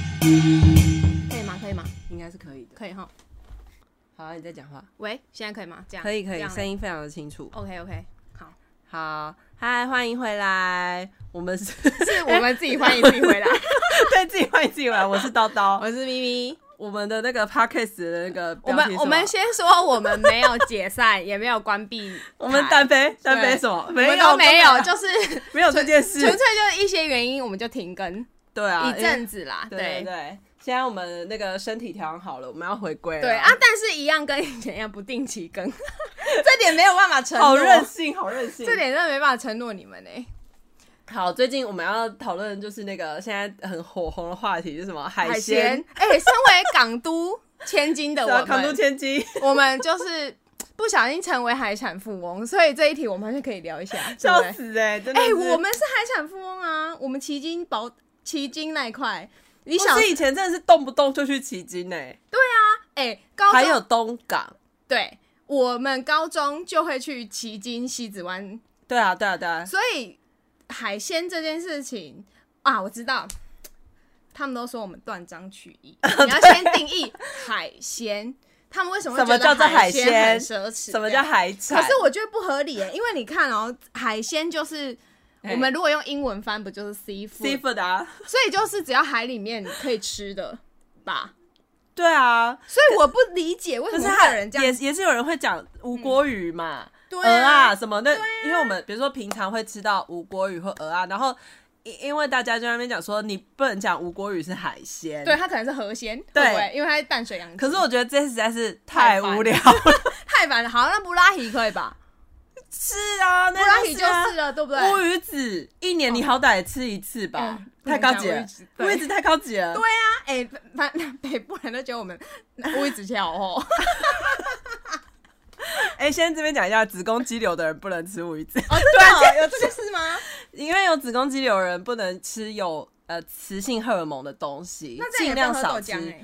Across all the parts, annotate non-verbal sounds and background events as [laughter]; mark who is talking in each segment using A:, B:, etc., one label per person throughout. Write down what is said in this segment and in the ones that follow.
A: 可以吗？可以吗？
B: 应该是可以的。
A: 可以哈。
B: 好，你再讲话，
A: 喂，现在可以吗？这样
B: 可以可
A: 这
B: 以，
A: 样
B: 声音非常的清楚。
A: OK OK，好，
B: 好，嗨，欢迎回来，我们是
A: [laughs] 是我们自己欢迎自己回来。
B: [laughs] 对自己欢迎自己来，我是叨叨，
A: 我是咪咪，
B: 我们的那个 podcast 的那个
A: 我
B: 标
A: 们
B: 题是
A: 我们
B: 什么
A: 先说我们没有解散，也没有关闭 [laughs] 台，
B: 我们单飞单飞什么？
A: 我
B: 没
A: 们
B: 有
A: 都没有，
B: 根本
A: [laughs] 就是
B: [laughs] 没有这件
A: 纯粹就
B: 事。
A: 是一些原因，我们就停更
B: 对啊，
A: 一
B: 因为
A: 阵子啦。
B: 对对
A: 对
B: 对。现在我们那个身体调养好了，我们要回归了
A: 对啊，，但是一样跟以前一样不定期更， [laughs] 这点没有办法承诺，
B: 好任性，好任性。
A: 这点真的没办法承诺你们哎。
B: 好，最近我们要讨论就是那个现在很火红的话题，就是什么海
A: 海
B: 鲜
A: 鲜，，哎、身为港都千金的我
B: 啊
A: 们，
B: 扛住千金，
A: [laughs] 我们就是不小心成为海产富翁，所以这一题我们还是可以聊一
B: [laughs]
A: 下，对不
B: 笑
A: 对？
B: 死哎、真的
A: 哎、
B: 是。
A: 我们是海产富翁啊，我们奇经保奇经那一块，你
B: 不
A: 想
B: 是以前真的是动不动就去奇经呢、
A: 哎、高中
B: 还有东港，
A: 对，我们高中就会去奇经西子湾，
B: 对啊，对啊，对啊，
A: 所以海鲜这件事情啊，我知道。他们都说我们断章取
B: [laughs]
A: 义，你要先定义海鲜。他们为什么会
B: 什么
A: 觉得
B: 叫做海
A: 海很
B: 鲜
A: 奢侈？
B: 什么
A: 这样
B: 叫海产？
A: 可是我觉得不合理耶，因为你看哦，海鲜就是
B: 嘿
A: 我们如果用英文翻，不就是 seafood？
B: 哎 seafood
A: [laughs]
B: 啊，
A: 所以就是只要海里面可以吃的吧。
B: 对啊，
A: 所以我不理解为
B: 可
A: 什
B: 是
A: 么
B: 他
A: 会有人这
B: 也
A: 样，嗯
B: 也是有人会讲无锅鱼嘛，
A: 对
B: 鹅
A: 啊
B: 啊，什么的，因为我们比如说平常会吃到无锅鱼或鹅啊，然后因因为大家就在那边讲说你不能讲无锅鱼是海鲜，
A: 对，它可能是河鲜，
B: 对
A: 会不会因为它是淡水养殖。
B: 可是我觉得这实在是太
A: 太烦
B: 无
A: [laughs]
B: 聊了。
A: 太烦了，好，那布拉提可以吧？
B: 是啊，
A: 布
B: 那
A: 拉提
B: 就
A: 就是
B: 啊
A: 是了，对不对？
B: 乌鱼子，一年你好歹也吃一次吧，
A: 嗯
B: 太高
A: 不能
B: 级了
A: 讲乌鱼子。
B: 乌
A: 对
B: 鱼子太高级了。
A: 对啊，哎、反反 [laughs] 北部人都觉得
B: [laughs]
A: 我们乌鱼子吃好厚，哦，
B: 哎、先这边讲一下，子宫肌瘤的人不能吃乌鱼子，
A: 真的哦有这个事吗？
B: [laughs] 因为有子宫肌瘤的人不能吃有呃雌性荷尔蒙的东西
A: 那，这
B: 尽
A: 样也不
B: 量
A: 能喝
B: 少
A: 豆
B: 吃。
A: 浆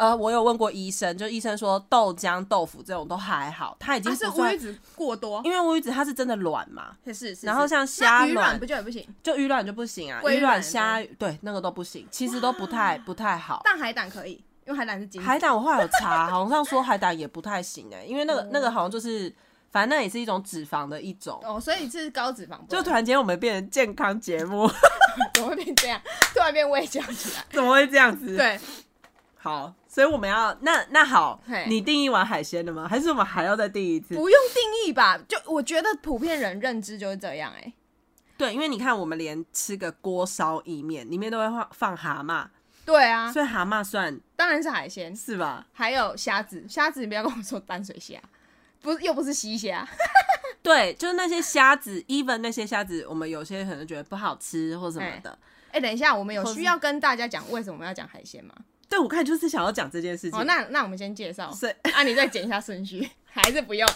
A: 哎、
B: 呃，我有问过医生，就医生说豆浆、豆腐这种都还好，它已经
A: 啊，
B: 不
A: 是乌
B: 算
A: 鱼子过多，
B: 因为乌鱼子它是真的卵嘛，
A: 是是是。
B: 然后像
A: 那
B: 虾
A: 鱼
B: 卵
A: 卵不就也不行？
B: 就鱼卵就不行啊，
A: 鲑
B: 鱼卵、
A: 卵
B: 虾对那个都不行，其实都不太不太好。
A: 但海胆可以，因为海胆是金子
B: 海胆我后来有查，好像说海胆也不太行哎、因为那个、那个好像就是，反正那也是一种脂肪的一种。
A: 哦，所以是高脂肪不能，
B: 就突然间我们变成健康节目，
A: [laughs] 怎么会变这样？突然变胃讲起来，
B: [laughs] 怎么会这样子？，
A: 对，
B: 好，所以我们要那那好
A: 嘿，
B: 你定义完海鲜了吗？还是我们还要再定义一次？
A: 不用定义吧？就我觉得普遍人认知就是这样、哎，
B: 对，因为你看我们连吃个锅烧意面，里面都会放放蛤蟆，
A: 对啊，
B: 所以蛤蟆算
A: 当然是海鲜，
B: 是吧？
A: 还有虾子，虾子你不要跟我说淡水虾，不是又不是溪虾，
B: 对，就是那些虾子，even 那些虾子，我们有些可能觉得不好吃或什么的。
A: 哎、等一下，我们有
B: 或是
A: 需要跟大家讲为什么我们要讲海鲜吗？
B: 对，我看就是想要讲这件事情。
A: 哦，那那我们先介绍，
B: 随
A: 啊，你再剪一下顺序， [laughs] 还是不用？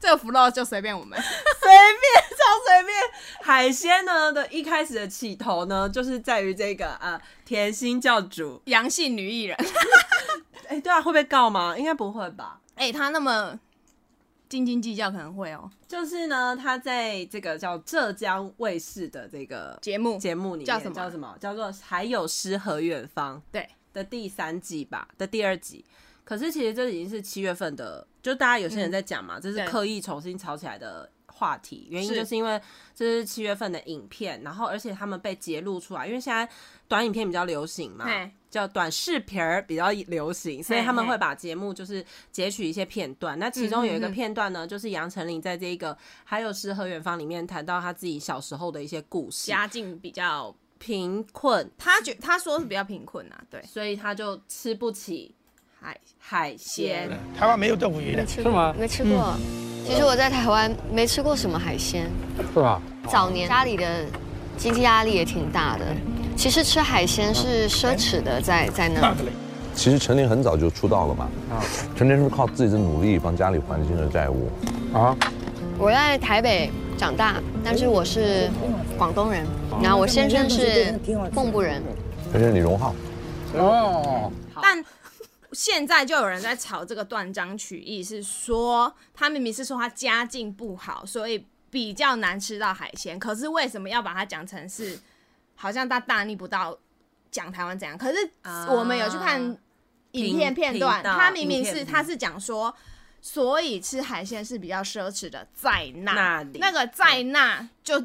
A: 这个 flow 就随便我们，
B: 随便，超随便。海鲜呢的一开始的起头呢，就是在于这个呃甜心教主。
A: 阳性女艺人，
B: 哎、对啊，会被告吗？应该不会吧。
A: 哎、她那么斤斤计较，可能会哦、
B: 就是呢，他在这个叫浙江卫视的这个
A: 节目
B: 节目里面
A: 叫什么
B: 叫什么？叫做《还有诗和远方》
A: 对
B: 的第三季吧的第二集。可是其实这已经是七月份的，就大家有些人在讲嘛，这是
A: 嗯对
B: 刻意重新炒起来的话题，原因
A: 是
B: 就是因为这是七月份的影片，然后而且他们被揭露出来，因为现在短影片比较流行嘛
A: 嘿，
B: 叫短视频儿比较流行，所以
A: 嘿
B: 他们
A: 嘿
B: 会把节目就是截取一些片段。那其中有一个
A: 嗯嗯嗯
B: 片段呢，就是杨丞琳在这个《还有诗和远方》里面谈到他自己小时候的一些故事，
A: 家境比较，
B: 贫困，
A: 他觉他说是比较贫困啊，对，
B: 所以他就吃不起
A: 海
B: 海
A: 鲜
B: 鲜。
C: 台湾没有豆腐鱼的
D: 没。吃
E: 是吗
D: 没吃过。其实我在台湾没吃过什么海鲜，
E: 是吧？
D: 早年家里的经济压力也挺大的。其实吃海鲜是奢侈的，在在那。
F: 其实陈琳很早就出道了嘛，啊，陈琳是靠自己的努力帮家里还清了债务。
E: 啊，
D: 我在台北长大，但是我是广东人，然后我先生是蚌埠人。
F: 这是李荣浩，
E: 哦，
A: 但现在就有人在吵这个断章取义，是说他明明是说他家境不好，所以比较难吃到海鲜，可是为什么要把它讲成是好像他大逆不道讲台湾怎样？可是
B: 啊
A: 我们有去看影片片段，
B: 频道
A: 他明明
B: 影
A: 是
B: 片嗯
A: 他是讲说，所以吃海鲜是比较奢侈的，在
B: 那
A: 那
B: 里
A: 那个在那就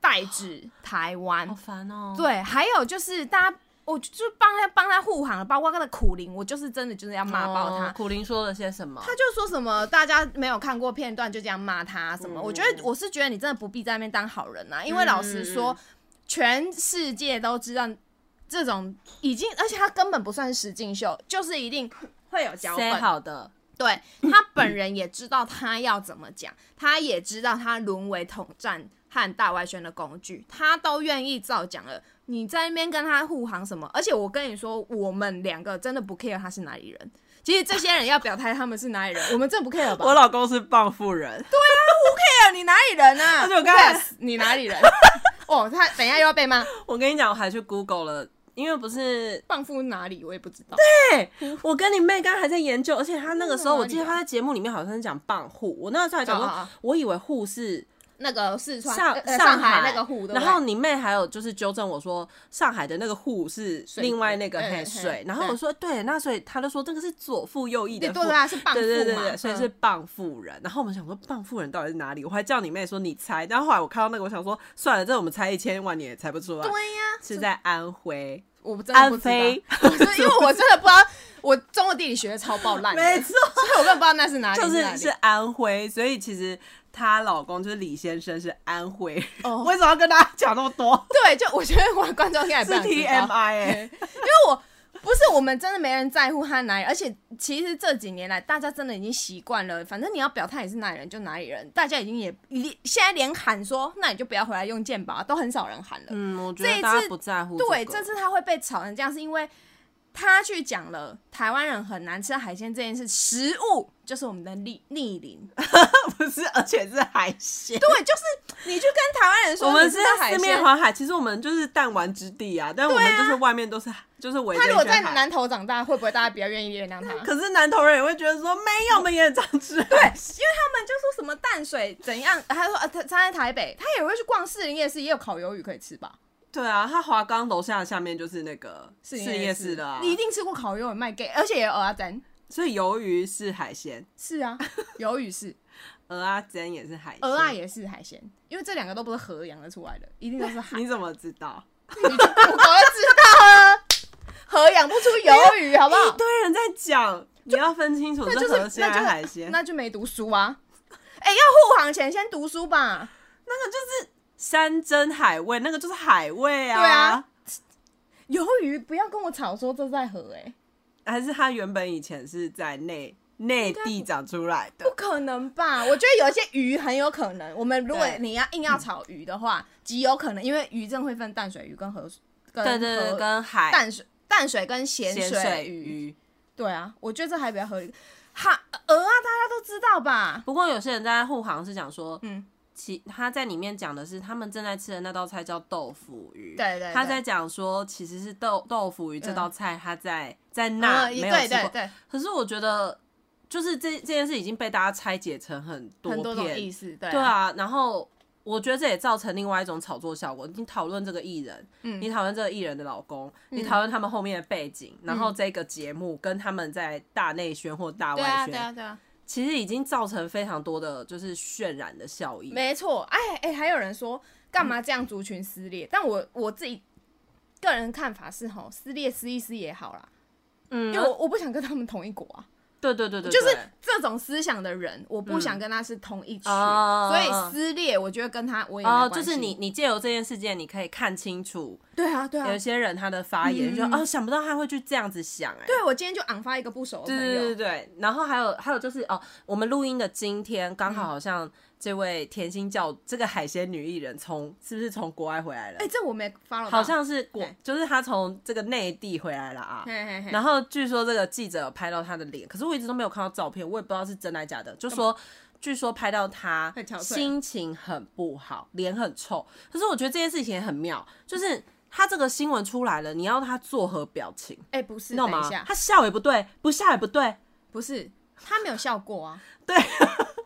A: 代指台湾
B: 好，烦哦、，
A: 对，还有就是大家。我就帮他帮他护航了，包括他的苦灵，我就是真的就是要骂爆他。
B: 哦苦林说了些什么？
A: 他就说什么大家没有看过片段就这样骂他什么，我觉得我是觉得你真的不必在那边当好人呐、啊因为老实说，全世界都知道这种已经，而且他根本不算是实境秀，就是一定会有脚
B: 塞
A: 本，
B: 好的，
A: 对他本人也知道他要怎么讲，他也知道他沦为统战和大外宣的工具，他都愿意照讲了。你在那边跟他护航什么？而且我跟你说，我们两个真的不 care 他是哪里人。其实这些人要表态他们是哪里人，我们真的不 care 吧？
B: 我老公是棒妇人，对，
A: care 你哪里人啊？
B: 而且我刚才
A: Who cares 你哪里
B: [laughs]
A: 人？哦，他等一下又要被骂，
B: 我跟你讲，我还去 Google 了，因为不是
A: 棒夫哪里我也不知道。
B: 我跟你妹刚刚还在研究，而且她那个时候，
A: 真的吗
B: 我记得她在节目里面好像是讲棒户，我那个时候还讲
A: 啊啊
B: 说
A: 啊，
B: 我以为户是
A: [laughs] 那个四川
B: 上
A: 呃
B: 上
A: 海那个户，对不
B: 然
A: 对
B: 后你妹还有就是纠正我说，上海的那个户是另外那个
A: 水
B: 嘿
A: 嗯
B: 水
A: 嘿，
B: 然后我说对，那所以她就说这个是左腹右翼的
A: 对
B: 腹
A: 对啊，是棒夫
B: 对
A: 嘛，
B: 对对对，所以
A: 嗯
B: 是棒妇人。然后我们想说棒妇人到底是哪里？我还叫你妹说你猜，但后来我看到那个，我想说算了，这我们猜一千万你也猜不出来，
A: 对呀，啊
B: 是在安徽。
A: 我真的不知道，
B: 安徽
A: [laughs] 我是因为我真的不知道，我中国地理学的超爆烂的，
B: 没错
A: 所以我根本不知道那是哪里，
B: 就是
A: 哪里
B: 是安徽，所以其实她老公就是李先生是安徽人。
A: 哦
B: [laughs] 为什么要跟大家讲那么多？
A: 对，就我觉得我的观众应该也不
B: 是
A: 想知道
B: TMI 哎、
A: 因为我不是我们真的没人在乎他哪里，而且其实这几年来大家真的已经习惯了，反正你要表态你是哪里人就哪里人，大家已经也连现在连喊说那你就不要回来用剑吧，都很少人喊了。
B: 嗯，我觉
A: 这一
B: 得大家
A: 次
B: 不在乎、
A: 对，这次他会被炒成这样，是因为他去讲了台湾人很难吃海鲜这件事，食物就是我们的逆逆鳞。
B: [laughs] 不是，而且是海鲜。
A: 对，就是你去跟台湾人说
B: 我们
A: 你
B: 是
A: 吃到海
B: 四面
A: 鲜，
B: 环海，其实我们就是弹丸之地啊，但我们就是外面都是、就是围着
A: 他如果
B: 一圈
A: 在
B: 海。
A: 南头长大，会不会大家比较愿意原谅他？
B: 可是南头人也会觉得说，没有，我们也长吃海鲜。
A: 因为他们就说什么淡水怎样，他说呃他他在台北，他也会去逛士林夜市，也有烤鱿鱼可以吃吧？
B: [laughs] 对啊，他华冈楼下下面就是那个事业市的啊，
A: 你一定吃过烤鱿鱼卖给，而且也有蚵仔煎。
B: 所以鱿鱼是海鲜，
A: 是啊，鱿鱼是，
B: 鹅啊煎也是海鲜，
A: 鹅啊也是海鲜，因为这两个都不是河养得出来的，一定都是海。
B: 你怎么知道？
A: 你去 Google 就知道了，河养不出鱿鱼，好不
B: 一
A: 好？
B: 堆人在讲，你要分清楚
A: 那就
B: 是河
A: 是
B: 鲜
A: 那
B: 还
A: 就是
B: 海
A: 是
B: 鲜，
A: 那就没读书啊！哎、要护航前先读书吧。
B: 山珍海味那个就是海味啊。
A: 对啊鱿鱼不要跟我吵说这在河、哎，
B: 还是它原本以前是在内内地长出来
A: 不
B: 的？
A: 可能吧？我觉得有一些鱼很有可能，我们如果
B: 对
A: 你要硬要炒鱼的话，极有可能，因为鱼真的会分淡水鱼跟河跟河
B: 跟海
A: 淡水淡水跟咸
B: 咸
A: 水
B: 水鱼。
A: 对啊，我觉得这还比较合理。哈，鹅啊，大家都知道吧？
B: 不过有些人在护航是讲说，
A: 嗯，
B: 其他在里面讲的是他们正在吃的那道菜叫豆腐鱼，
A: 对对对
B: 他在讲说其实是豆豆腐鱼这道菜，他在在那
A: 嗯
B: 没有吃
A: 对
B: 过
A: 对。对，
B: 可是我觉得，就是这这件事已经被大家拆解成很多
A: 很多种
B: 片
A: 意思，对
B: 对，啊，然后我觉得这也造成另外一种炒作效果。你讨论这个艺人，
A: 嗯
B: 你讨论这个艺人的老公，你
A: 嗯
B: 讨论他们后面的背景，然后这个节目跟他们在大内宣或大
A: 对
B: 外
A: 啊，
B: 宣，
A: 对啊，对啊，
B: 其实已经造成非常多的就是渲染的效应。
A: 没错。哎哎，还有人说干嘛这样族群撕裂？但我我自己个人看法是，吼，撕裂撕一撕也好啦，
B: 嗯
A: 因为我我不想跟他们同一国啊。
B: 对对对对，
A: 就是
B: 对嗯
A: 这种思想的人，我不想跟他是同一群，
B: 哦
A: 所以撕裂，我觉得跟他我也没
B: 哦，
A: 关系
B: 就是你，你借由这件事件，你可以看清楚，
A: 对啊，对啊
B: 有，些人他的发言，就
A: 嗯
B: 哦，想不到他会去这样子想、哎，
A: 对我今天就昂发一个不熟的
B: 对
A: 朋
B: 对对对
A: 友，
B: 对，然后还有还有就是哦，我们录音的今天刚好好像这位甜心教这个海鲜女艺人从是不是从国外回来了？
A: 哎，这我没 follow，到
B: 好，像是国
A: 对，
B: 就是她从这个内地回来了啊。
A: 哎嘿嘿嘿，
B: 然后据说这个记者有拍到她的脸，可是我一直都没有看到照片，我也不知道是真还假的。就说据说拍到她
A: 太憔悴了
B: 心情很不好，脸很臭。可是我觉得这件事情也很妙，就是她这个新闻出来了，你要她作何表情？
A: 哎，不是，
B: 你懂
A: 等一
B: 吗？
A: 下
B: 她，笑也不对，不笑也不对，
A: 不是，他没有笑过啊， [laughs]
B: 对，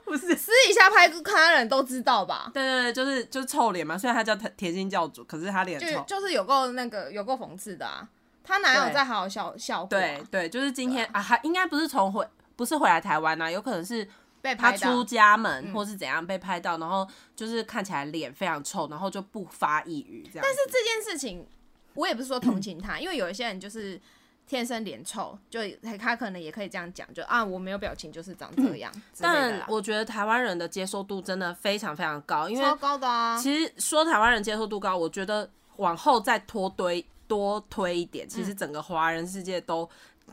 B: 不是，
A: 私底下拍咖的人都知道吧？
B: 对对对，就是就是臭脸嘛。虽然他叫甜甜心教主，可是他脸
A: 就
B: 臭。
A: 就是有够那个有够讽刺的啊！他哪有
B: 对
A: 在好好笑笑过、啊？
B: 对对，就是今天啊，他应该不是从回，不是回来台湾啊，有可能是
A: 被
B: 他
A: 拍
B: 出
A: 到。
B: 家门
A: 嗯
B: 或是怎样被拍到，然后就是看起来脸非常臭，然后就不发一语这样。
A: 但
B: 但是
A: 是这件事情，我也不是说同情他，因为有一些人就是天生脸臭，就他可能也可以这样讲，就啊我没有表情就是长这样之类的啦
B: 嗯但我觉得台湾人的接受度真的非常非常高，因为
A: 超高的啊，
B: 其实说台湾人接受度高，我觉得往后再拖堆多推一
A: 嗯
B: 点，其实整个华人世界都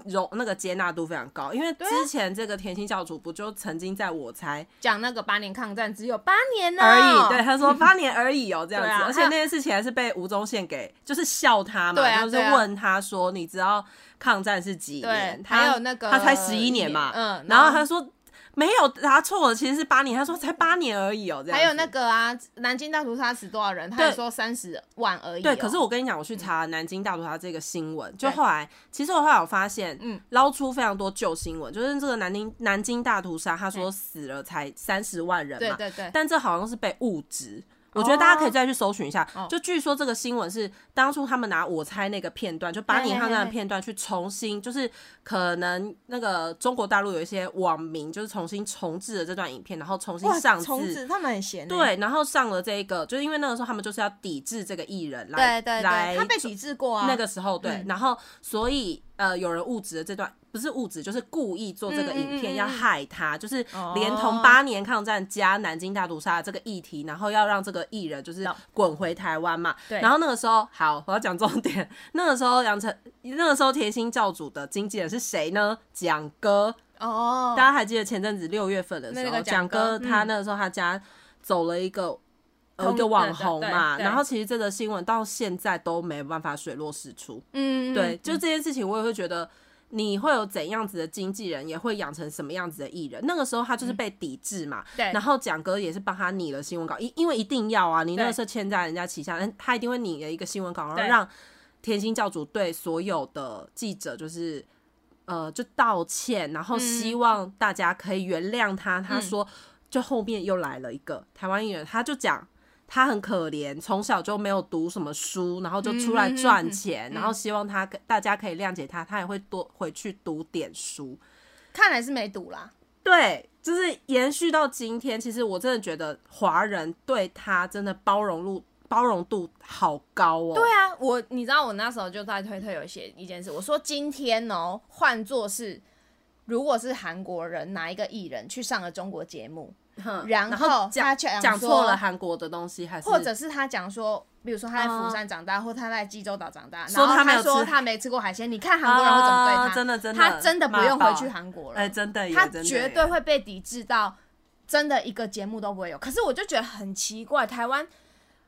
B: 容那个接纳度非常高。因为
A: 啊
B: 之前这个甜心教主不就曾经在我猜
A: 讲那个八年抗战只有八年啊呢、
B: 而已，对，他说八年而已哦、这样子，
A: 对啊
B: 而且那件事情还是被吴宗宪给就是笑他嘛，
A: 对啊
B: 就是
A: 对啊
B: 问他说你知道抗战是几年
A: 对？
B: 他
A: 还有那个
B: 他才十一年嘛，
A: 一年嗯
B: 然
A: 然
B: 后
A: 后
B: 他说没有答错，其实是八年，他说才八年而已哦、这样
A: 还有
B: 子
A: 那个啊，南京大屠杀死多少人？他
B: 对
A: 也说三十万而已哦、
B: 对，可是我跟你讲，我去查南京大屠杀这个新闻，就后来，其实我后来有发现，嗯
A: 嗯，
B: 捞出非常多旧新闻，就是这个南京南京大屠杀，他说
A: 对
B: 死了才三十万人
A: 对
B: 嘛，
A: 对对，
B: 但这好像是被误植。我觉得大家可以再去搜寻一下，
A: 哦
B: 就据说这个新闻是当初他们拿我猜那个片段，就八
A: 嘿嘿
B: 年抗战的
A: 嘿
B: 片段去重新，就是可能那个中国大陆有一些网民就是重新重置了这段影片，然后重新
A: 哇
B: 上
A: 虫
B: 字，
A: 子他们很闲、欸，
B: 对，然后上了这个，就是因为那个时候他们就是要抵制这个艺人来
A: 对对
B: 来
A: 对，他被抵制过啊，
B: 那个时候对，
A: 嗯
B: 然后所以呃有人误植了这段。不是误植，就是故意做这个
A: 嗯
B: 影片、
A: 嗯嗯嗯
B: 要害他，就是
A: 哦
B: 连同八年抗战加南京大屠杀的这个议题，然后要让这个艺人就是
A: 懂
B: 滚回台湾嘛。
A: 对
B: 然后那个时候，好，我要讲重点。那个时候，杨丞，那个时候甜心教主的经纪人是谁呢？蒋哥。
A: 哦，
B: 大家还记得前阵子六月份的时
A: 那
B: 候，
A: 个
B: 蒋
A: 蒋哥
B: 哥他
A: 嗯
B: 那个时候他家走了一个。呃，
A: 同
B: 一个网红
A: 对对
B: 嘛，
A: 对
B: 然后其实这个新闻到现在都没办法水落石出。
A: 嗯，嗯
B: 对，
A: 嗯
B: 就这件事情，我也会觉得你会有怎样子的经纪人，也会养成什么样子的艺人。那个时候他
A: 嗯
B: 就是被抵制嘛，
A: 对
B: 然后蒋哥也是帮他拟了新闻稿，因因为一定要啊，你那
A: 对
B: 个时候签在人家旗下，但他一定会拟了一个新闻稿，然后
A: 对
B: 让甜心教主对所有的记者就是。呃，就道歉，然后
A: 嗯
B: 希望大家可以原谅他。他说，就后面又来了一个台湾艺人，他就讲他很可怜，从小就没有读什么书，然后就
A: 嗯
B: 出来赚钱，然后希望他大家可以谅解他，他也会多回去读点书。
A: 看来是没赌啦，
B: 对，就是延续到今天，其实我真的觉得华人对他真的包容度包容度好高哦。
A: 对啊，我你知道我那时候就在推特有写一件事，我说今天哦，换作是如果是韩国人哪一个艺人去上了中国节目，
B: 哼，
A: 然后
B: 讲
A: 他讲
B: 讲
A: 说
B: 错了韩国的东西，还是
A: 或者是他讲说，比如说他在
B: 哦
A: 釜山长大，或他在济州岛长大，
B: 说
A: 然后
B: 他没有
A: 说
B: 吃
A: 他没吃过海鲜，你看韩国人会怎么对他？
B: 啊真的真的
A: 他真的不用
B: 骂爆
A: 回去韩国了，
B: 哎，真的耶，
A: 他
B: 真的
A: 绝
B: 耶
A: 对会被抵制到，真的一个节目都不会有。可是我就觉得很奇怪，台湾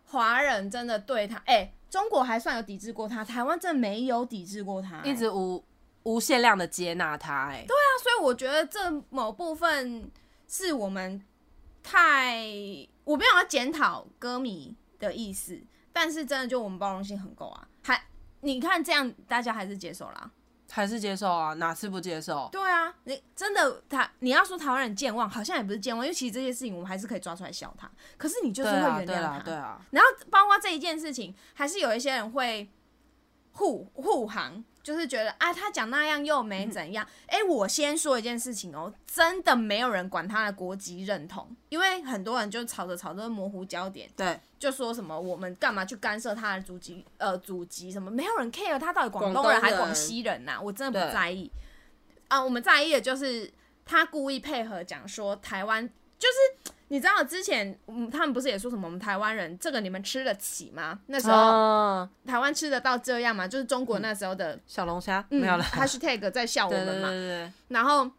A: 华人真的对他，哎、中国还算有抵制过他，台湾真的没有抵制过他、哎
B: 一直无无限量的接纳他。哎，对，
A: 那所以我觉得这某部分是我们太，我没有要检讨歌迷的意思，但是真的就我们包容性很够啊，还你看这样大家还是接受啦。
B: 还是接受啊，哪次不接受？
A: 对啊，你真的台，你要说台湾人健忘，好像也不是健忘，因为其实这些事情我们还是可以抓出来笑他，可是你就是
B: 对
A: 会
B: 啊，
A: 原
B: 对
A: 谅他。
B: 啊，对啊，
A: 然后包括这一件事情，还是有一些人会护护航，就是觉得啊，他讲那样又没怎样。
B: 嗯
A: 哎、我先说一件事情哦，真的没有人管他的国籍认同，因为很多人就吵着吵着模糊焦点，
B: 对，
A: 就说什么我们干嘛去干涉他的祖籍呃祖籍什么，没有人 care 他到底广
B: 广
A: 东
B: 东
A: 人还
B: 人
A: 广西人呐、我真的
B: 对
A: 不在意。啊、我们在意的就是他故意配合讲说台湾就是。你知道之前，嗯，他们不是也说什么我们台湾人这个你们吃得起吗？那时候、
B: 嗯，
A: 台湾吃得到这样吗？就是中国那时候的，
B: 小龙虾
A: 嗯
B: 嗯
A: [laughs]
B: 没有了，
A: ，#hashtag
B: [laughs]
A: 在笑我
B: 对对
A: 们嘛。
B: 对对对，
A: 然后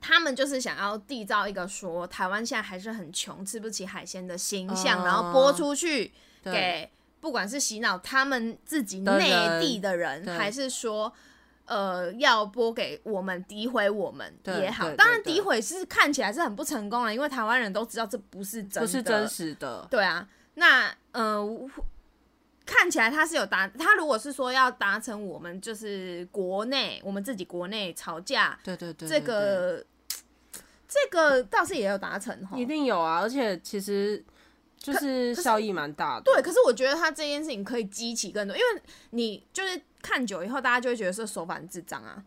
A: 他们就是想要缔造一个说台湾现在还是很穷，吃不起海鲜的形象，
B: 哦
A: 然后播出去
B: 对
A: 给不管是洗脑他们自己
B: 的
A: 内
B: 人
A: 地的人，
B: 对
A: 还是说。呃，要播给我们诋毁我们
B: 对
A: 也好
B: 对，
A: 当然
B: 对对
A: 诋毁是看起来是很不成功啊了，因为台湾人都知道这不是真的，
B: 不是真实的，
A: 对啊，那呃，我看起来他是有达，他如果是说要达成我们就是国内我们自己国内吵架
B: 对对对，
A: 这
B: 对对
A: 个这个倒是也有达成哈。
B: 一定有啊，而且其实就是效益蛮大的。
A: 对，可是我觉得他这件事情可以激起更多，因为你就是看久以后，大家就会觉得说手法很智障啊，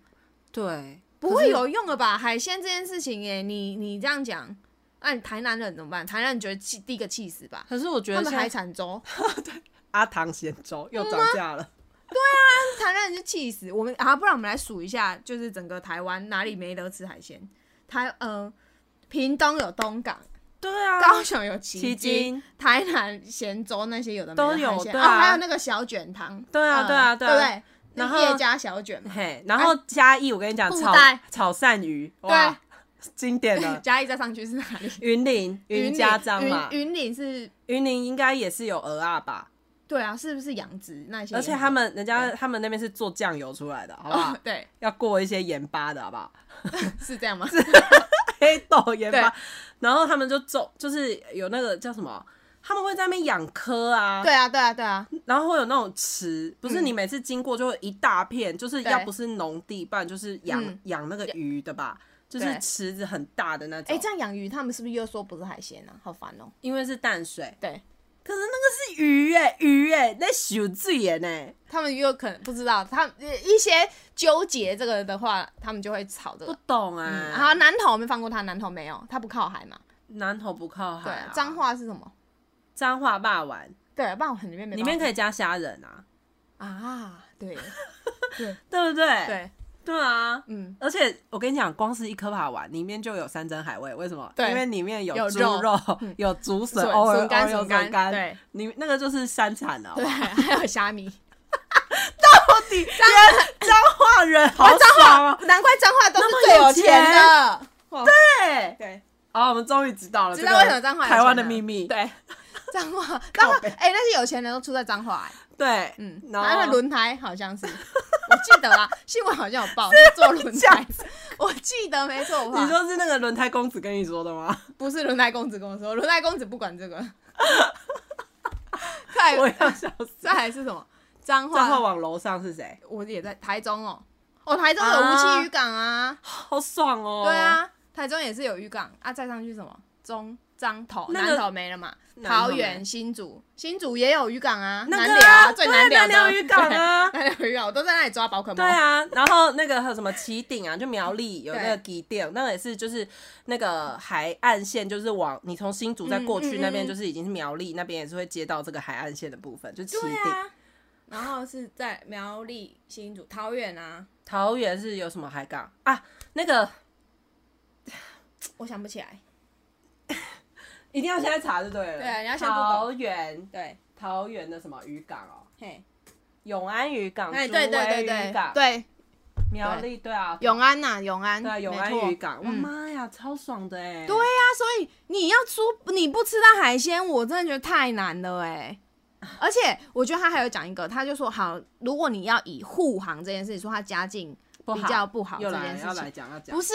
B: 对，
A: 不
B: 可
A: 会
B: 是
A: 有用了吧？海鲜这件事情、耶，你你这样讲，那、你台南人怎么办？台南人觉得气第一个气死吧，
B: 可是我觉
A: 他们嗯
B: 得现
A: 海
B: 在
A: 产粥，
B: 阿唐咸粥又涨价了，
A: 台南人就气死。我们啊，不然我们来数一下，就是整个台湾哪里没得吃海鲜？台呃，屏东有东港，
B: 对啊，
A: 高雄有旗
B: 奇经，
A: 台南咸粥那些有的没的
B: 都有
A: 海鲜
B: 对啊
A: 哦，还有那个小卷汤，
B: 对啊
A: 嗯
B: 对啊
A: 对
B: 对啊
A: 不对？那
B: 然后
A: 叶家小卷
B: [laughs]
A: 嘛，
B: 嘿，然后嘉义我跟你讲
A: 哎布
B: 炒
A: 袋
B: 炒鳝鱼，
A: 对。
B: 哇，，经典的
A: [laughs] 嘉义再上去是哪里？
B: 云林云
A: 林
B: 家章嘛，
A: 云云林是，
B: 云林应该也是有鹅啊吧，
A: 对啊，是不是养殖那些？
B: 而且他们人家
A: 对
B: 他们那边是做酱油出来的，好不啊好
A: 哦，？对，
B: 要过一些盐巴的好不好？ [laughs]
A: 是这样吗？
B: 啊黑豆盐巴
A: 对，
B: 然后他们就种，就是有那个叫什么，他们会在那边养科啊，
A: 对，啊，对啊，对啊，
B: 然后会有那种池，不是
A: 嗯
B: 你每次经过就会一大片，就是要
A: 对
B: 不是农地，不然就是养
A: 嗯
B: 养那个鱼的吧，就是
A: 对
B: 池子很大的那种。
A: 哎，这样养鱼他们是不是又说不是海鲜啊？好烦哦。
B: 因为是淡水，
A: 对
B: 可是那个是鱼哎、鱼哎、那酒醉耶呢，
A: 他们又可能不知道，他们一些纠结这个的话，他们就会吵这
B: 不
A: 个。
B: 懂啊。
A: 嗯，然后南投没放过他，南投没有，他不靠海嘛。
B: 南头不靠海、
A: 对
B: 啊，，
A: 彰化是什么？
B: 彰化霸丸
A: 对，霸王里面没
B: 里面
A: 办
B: 可以加虾仁啊，
A: 法啊，
B: [laughs]
A: 对
B: 对不对？
A: 对，
B: 对啊，
A: 嗯，
B: 而且我跟你讲，光是一颗扒丸里面就有山珍海味，为什么？
A: 对
B: 因为里面有
A: 有
B: 猪肉、
A: 嗯
B: 有竹笋、
A: 笋
B: 偶尔
A: 笋干
B: 偶尔有
A: 笋干
B: 笋干，
A: 对，
B: 你那个就是山产啊了。
A: 对，还有虾米。
B: [laughs] 到
A: [laughs]
B: 底彰化人好爽啊！
A: 难怪彰化都是
B: 那
A: 最
B: 么有
A: 有钱的。对
B: 对，
A: 对，
B: 好，我们终于知道了，
A: 知道为什么彰化有
B: 台湾的
A: 钱了
B: 秘密？
A: 对，彰
B: [laughs]
A: 化彰化，哎、那些有钱人都出在彰化、欸，
B: 对，
A: 嗯，
B: 然
A: 他的
B: 后
A: 轮胎好像是，我记得啦，新闻好像有报
B: 啊
A: 是做轮胎，我记得没错吧？
B: 你说是那个轮胎公子跟你说的吗？
A: 不是轮胎公子跟我说，轮胎公子不管这
B: [laughs]
A: 个， [laughs] 再
B: 我要笑死。
A: 再还是什么彰
B: 彰化
A: 化？
B: 往楼上是谁？
A: 我也在台中哦，哦，台中有无期渔港啊，
B: 好爽哦！
A: 对，啊，台中也是有渔港啊，再上去什么中彰头、
B: 那个
A: 南头没了嘛，
B: 南投
A: 桃
B: 没
A: 园、新竹、新竹也有渔港啊，
B: 那
A: 南
B: 个
A: 寮
B: 啊
A: 最
B: 对
A: 南寮的
B: 南寮渔港
A: [laughs]
B: 啊
A: 对南寮渔港，我都在那里抓宝可梦。
B: 对，啊，然后那个还有什么旗顶啊，就苗栗有
A: 对
B: 那个旗顶，那个也是就是那个海岸线，就是往你从新竹再过去
A: 嗯嗯
B: 那边，
A: 嗯
B: 就是已经是苗栗那边也是会接到这个海岸线的部分，就旗
A: 对
B: 顶。
A: 啊。然后是在苗栗、新竹、桃园啊，
B: 桃园是有什么海港啊？那个
A: 我想不起来。
B: 一定要现在查就对了。
A: 对啊你要先 Google
B: 桃园，
A: 对，
B: 桃园的什么渔港哦？
A: 嘿，
B: 永安渔港，
A: 哎，
B: 竹
A: 对对
B: 围
A: 对
B: 渔
A: 对
B: 港，
A: 对，
B: 苗栗对啊，
A: 永安呐，永安，
B: 对啊永
A: 没
B: 安
A: 错
B: 渔港，我
A: 嗯
B: 妈呀，超爽的哎！
A: 对啊呀、所以你要出你不吃到海鲜，我真的觉得太难了哎、而且我觉得他还有讲一个，他就说好，如果你要以护航这件事情说他家境
B: 不好
A: 比较不好
B: 又
A: 这
B: 来
A: 件
B: 了
A: 事
B: 要来
A: 情，
B: 讲要讲
A: 不。是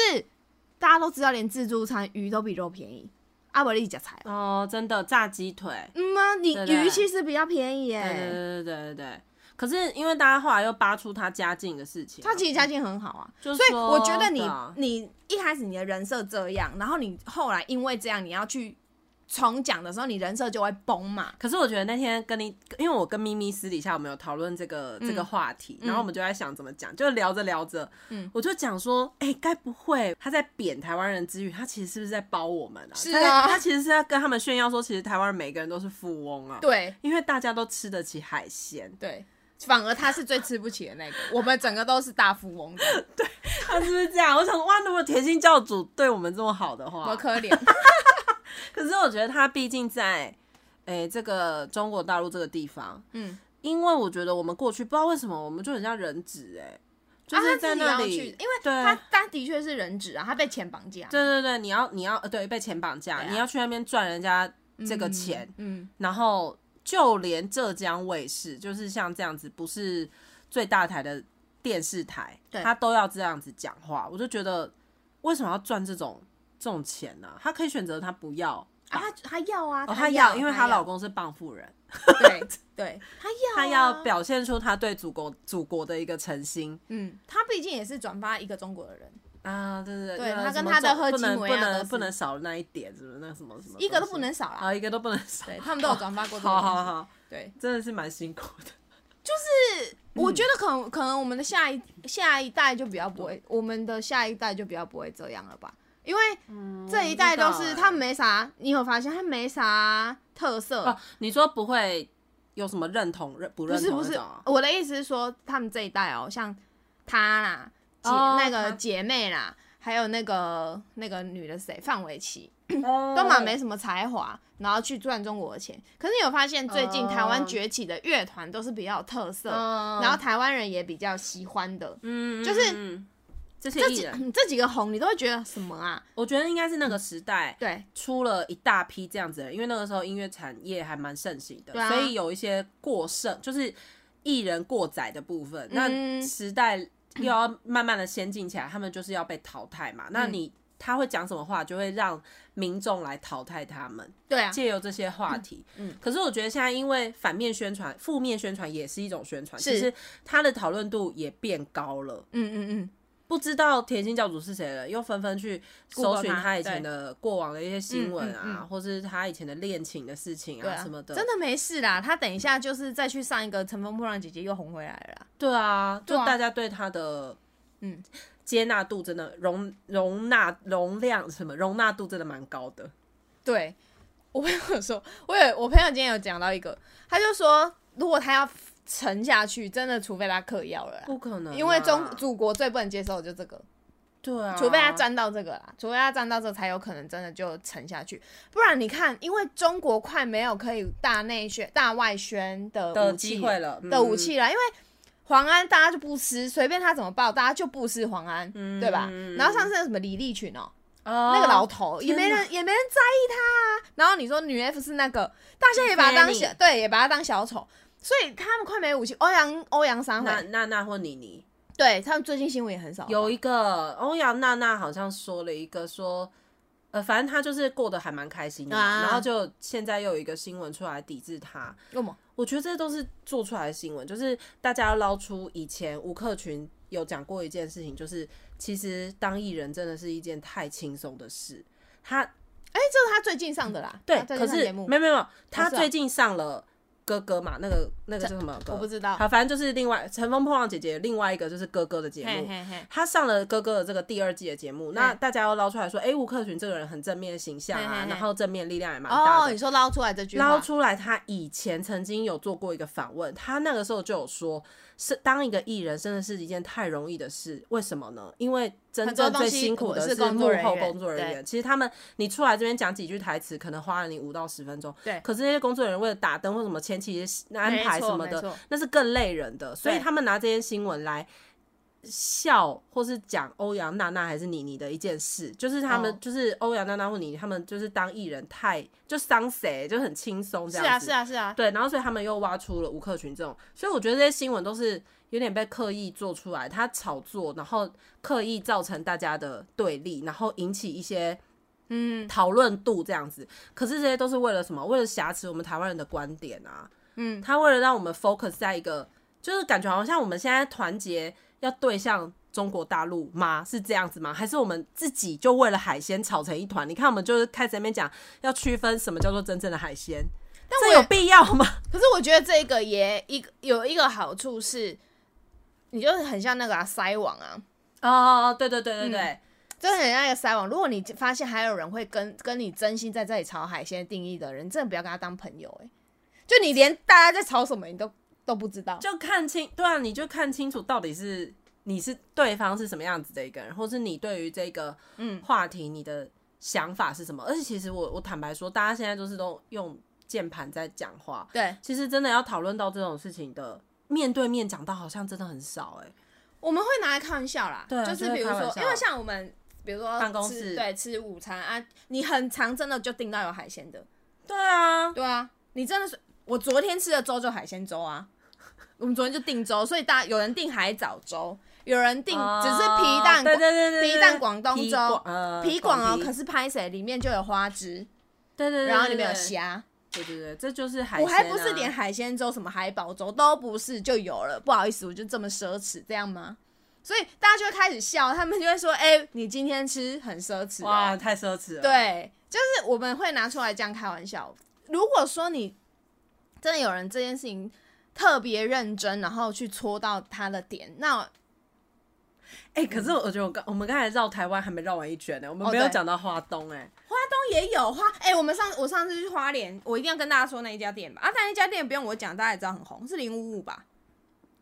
A: 大家都知道，连自助餐鱼都比肉便宜，啊阿伯利加菜。
B: 哦，真的炸鸡腿，
A: 嗯啊，你
B: 对对
A: 鱼其实比较便宜耶、
B: 对对对对对对。可是因为大家后来又扒出他家境的事情啊，
A: 他其实家境很好啊，
B: 就
A: 所
B: 说
A: 以我觉得你、
B: 对啊
A: 你一开始你的人设这样，然后你后来因为这样你要去重讲的时候，你人设就会崩嘛。
B: 可是我觉得那天跟你，因为我跟咪咪私底下我们有讨论这个、这个话题，然后我们就在想怎么讲，就聊着聊着，
A: 嗯
B: 我就讲说，哎、该不会他在贬台湾人之余，他其实是不是在包我们啊？
A: 是
B: 他
A: 啊
B: 他其实是在跟他们炫耀说，其实台湾人每个人都是富翁啊，，
A: 对，
B: 因为大家都吃得起海鲜，
A: 对，反而他是最吃不起的那个，我们整个都是大富翁的，
B: 他是不是这样？我想说，哇，如果甜心教主对我们这么好的
A: [laughs]
B: 话，
A: 多可
B: [laughs]
A: 怜。
B: 可是我觉得他毕竟在诶、这个中国大陆这个地方，
A: 嗯，
B: 因为我觉得我们过去不知道为什么我们就很像人质哎、就是
A: 啊他自
B: 在
A: 己
B: 那
A: 要
B: 里，
A: 去因为
B: 对啊
A: 他他的确是人质啊，他被钱绑架。
B: 对对对，你要你要呃对被钱绑架，
A: 对啊
B: 你要去那边赚人家这个
A: 嗯
B: 钱，
A: 嗯，
B: 然后就连浙江卫视，就是像这样子，不是最大台的电视台，
A: 对
B: 他都要这样子讲话，我就觉得为什么要赚这种这种钱呢、他可以选择他不要。
A: 啊，他他要啊，
B: 哦，她
A: 要，
B: 要，因为她
A: 他
B: 老公是傍富人，
A: 要，对对，
B: [laughs]
A: 他要，啊
B: 她要，表现出她对祖国祖国的一个诚心。
A: 嗯，他毕竟也是转发一个中国的人，
B: 啊，对对
A: 对他
B: 那
A: 跟
B: 什么
A: 他的
B: 重
A: 赫
B: 不
A: 基
B: 能
A: 姆
B: 不
A: 亚的
B: 能
A: 是
B: 不能少那一点，是不是那什么什么东西，
A: 一个都不能少啦。
B: 啊，一个都不能少，
A: 对他们都有转发过这个
B: 好
A: 东西。
B: 好好，
A: 对，
B: 真的是蛮辛苦的。嗯
A: 我觉得可能可能我们的下一下一代就比较不会，我们的下一代就比较不会这样了吧？因为这一代都
B: 不知
A: 是
B: 道欸
A: 他没啥，你有发现他没啥特色，
B: 哦，你说不会有什么认同认不
A: 不
B: 认
A: 是
B: 同
A: 不
B: 那
A: 是
B: 种啊，
A: 我的意思是说，他们这一代哦，像她啦，姐、
B: 哦
A: 那个
B: 她
A: 姐妹啦，还有那个那个女的谁，范玮琪，
B: 都
A: 都蛮没什么才华，然后去赚中国的钱。可是你有发现，最近台湾
B: 哦
A: 崛起的乐团都是比较有特色，
B: 嗯
A: 然后台湾人也比较喜欢的。
B: 嗯，
A: 就
B: 就是是这些
A: 这
B: 艺
A: 几嗯
B: 人，
A: 这几个红，你都会觉得什么啊？
B: 我觉得应该是那个时代
A: 对，
B: 出了一大批这样子的人，因为那个时候音乐产业还蛮盛行的，
A: 对啊
B: 所以有一些过剩，就是艺人过载的部分。那
A: 嗯
B: 时代又要慢慢的先进起来，他们就是要被淘汰嘛。
A: 嗯
B: 那你他会讲什么话，就会让民众来淘汰他们，
A: 对啊，
B: 借由这些话题。
A: 嗯
B: 可是我觉得现在因为反面宣传、负面宣传也是一种宣传，
A: 是
B: 其实它的讨论度也变高了。
A: 嗯嗯嗯，
B: 不知道甜心教主是谁了，又纷纷去搜寻
A: Google 他
B: 他以前的过往的一些新闻
A: 嗯嗯
B: 啊，
A: 嗯
B: 或是他以前的恋情的事情
A: 对
B: 啊
A: 啊
B: 什么，的。
A: 真的没事啦。他等一下就是再去上一个《乘风破浪》，姐姐又红回来了啦。
B: 对啊，
A: 对
B: 就
A: 啊
B: 大家对他的
A: 嗯
B: 接纳度真的容容纳容量什么容纳度真的蛮高的。
A: 对 [laughs] 我朋友说，我有我朋友今天有讲到一个，他就说，如果他要沉下去，真的除非他嗑药了啦。
B: 不可能啊，
A: 因为中祖国最不能接受的就这个，
B: 对啊，
A: 除非他沾到这个啦，除非他沾到这个才有可能真的就沉下去。不然你看，因为中国快没有可以大内宣、大外宣的
B: 的
A: 武器
B: 机会了
A: 的武。
B: 嗯
A: 器了，因为黄安大家就不吃，随便他怎么报，大家就不吃黄安，对吧？然后上次那什么李立群哦、
B: 嗯哦
A: 那个老头也
B: 天
A: 没
B: 哪
A: 人也没人在意他、啊。然后你说女 F 是那个，大家也把他当小
B: Fanny
A: 对，也把他当小丑，所以他们快没武器。欧阳欧阳三
B: 娜
A: 回，
B: 娜娜或妮妮
A: 对他们最近新闻也很少
B: 有一个欧阳娜娜好像说了一个说，呃，反正她就是过得还蛮开心的嘛，
A: 啊
B: 然后就现在又有一个新闻出来抵制她，
A: 用吗？
B: 我觉得这都是做出来的新闻，就是大家要捞出以前吴克群有讲过一件事情，就是其实当艺人真的是一件太轻松的事。他
A: 哎、这是他最近上的啦。
B: 对
A: 他，最
B: 可
A: 近上
B: 是
A: 啊节
B: 没
A: 目
B: 有没有没有，他
A: 是哦
B: 最近上了哥哥嘛，那个那个叫什么歌？
A: 我不知道
B: 好，反正就是另外《乘风破浪》姐姐另外一个就是哥哥的节
A: 嘿
B: 目，
A: 嘿嘿，
B: 他上了哥哥的这个第二季的节目，那大家要捞出来说，哎、吴克群这个人很正面形象
A: 嘿
B: 啊
A: 嘿，嘿
B: 然后正面力量也蛮大
A: 哦，
B: 的
A: 你。说捞出来这句话，
B: 捞出来，他以前曾经有做过一个访问，他那个时候就有说，是当一个艺人真的是一件太容易的事，为什么呢？因为真正
A: 很多
B: 最
A: 东西
B: 辛苦的
A: 是工
B: 幕
A: 作人员
B: 后工作人员，其实他们你出来这边讲几句台词，可能花了你五到十分钟，
A: 对
B: 可是那些工作人员为了打灯或什么前期安排什么
A: 没错没
B: 的
A: 错，
B: 那是更累人的，所以他们拿这些新闻来。笑，或是讲欧阳娜娜还是妮妮的一件事，就是他们、
A: 哦
B: 就是欧阳娜娜或妮妮，他们就是当艺人太就伤谁，就很轻松这
A: 是
B: 样
A: 啊
B: 子。
A: 是啊是啊，
B: 对，然后所以他们又挖出了吴克群这种，所以我觉得这些新闻都是有点被刻意做出来，他炒作，然后刻意造成大家的对立，然后引起一些
A: 嗯
B: 讨论度这样子。可是这些都是为了什么？为了挟持我们台湾人的观点啊。
A: 嗯，
B: 他为了让我们 focus 在一个，就是感觉好像我们现在团结要对向中国大陆吗？是这样子吗？还是我们自己就为了海鲜吵成一团？你看，我们就是开始在那边讲要区分什么叫做真正的海鲜，
A: 但我
B: 这
A: 也
B: 有必要吗？
A: 可是我觉得这个也一个有一个好处是，你就是很像那个啊筛网啊，
B: [laughs] 哦，对对对对对，
A: 真的很像一个筛网。如果你发现还有人会跟跟你真心在这里炒海鲜定义的人，你真的不要跟他当朋友哎、欸就你连大家在炒什么你都都不知道，
B: 就看清，对啊，你就看清楚到底是你是对方是什么样子的一个人，或是你对于这个
A: 嗯
B: 话题你的想法是什么。而且其实我我坦白说，大家现在都是都用键盘在讲话，
A: 对
B: 其实真的要讨论到这种事情的，面对面讲到好像真的很少
A: 啊
B: 哎、
A: 我们会拿来开玩笑啦，
B: 对啊
A: 就是
B: 就会
A: 比如
B: 开玩
A: 说，
B: 笑
A: 因为像我们。比如说
B: 办公
A: 吃
B: 室
A: 对吃午餐啊，你很常真的就订到有海鲜的，
B: 对
A: [laughs]
B: 啊，
A: 对啊，你真的是我昨天吃的粥就海鲜粥啊， [laughs] 我们昨天就订粥，所以大家有人订海藻粥，有人订只是皮蛋，
B: 哦对对对对对，
A: 皮蛋广东
B: 皮
A: 粥
B: 广呃
A: 皮广哦，
B: 皮
A: 可是拍谁里面就有花枝，
B: 对对对，啊
A: 然后
B: 对
A: 里面有，
B: 对
A: 虾，
B: 对对对，这就是海
A: 我
B: 鲜、啊，
A: 还不是连海鲜粥什么海宝粥都不是就有了，不好意思，我就这么奢侈，这样吗？所以大家就会开始笑，他们就会说：“哎、你今天吃很奢侈、
B: 哇，
A: 哦。
B: 太奢侈”了。，
A: 对，就是我们会拿出来这样开玩笑。如果说你真的有人这件事情特别认真，然后去戳到他的点，那
B: 哎、可是我觉得我刚我们刚才绕台湾还没绕完一圈呢、我
A: 嗯
B: 们
A: 哦
B: 没有
A: 对
B: 讲到花东哎、
A: 花东也有花， [laughs] 哎、我们上我上次去花莲，我一定要跟大家说那一家店吧。啊，但那家店不用我讲，大家也知道很红，是零五五吧？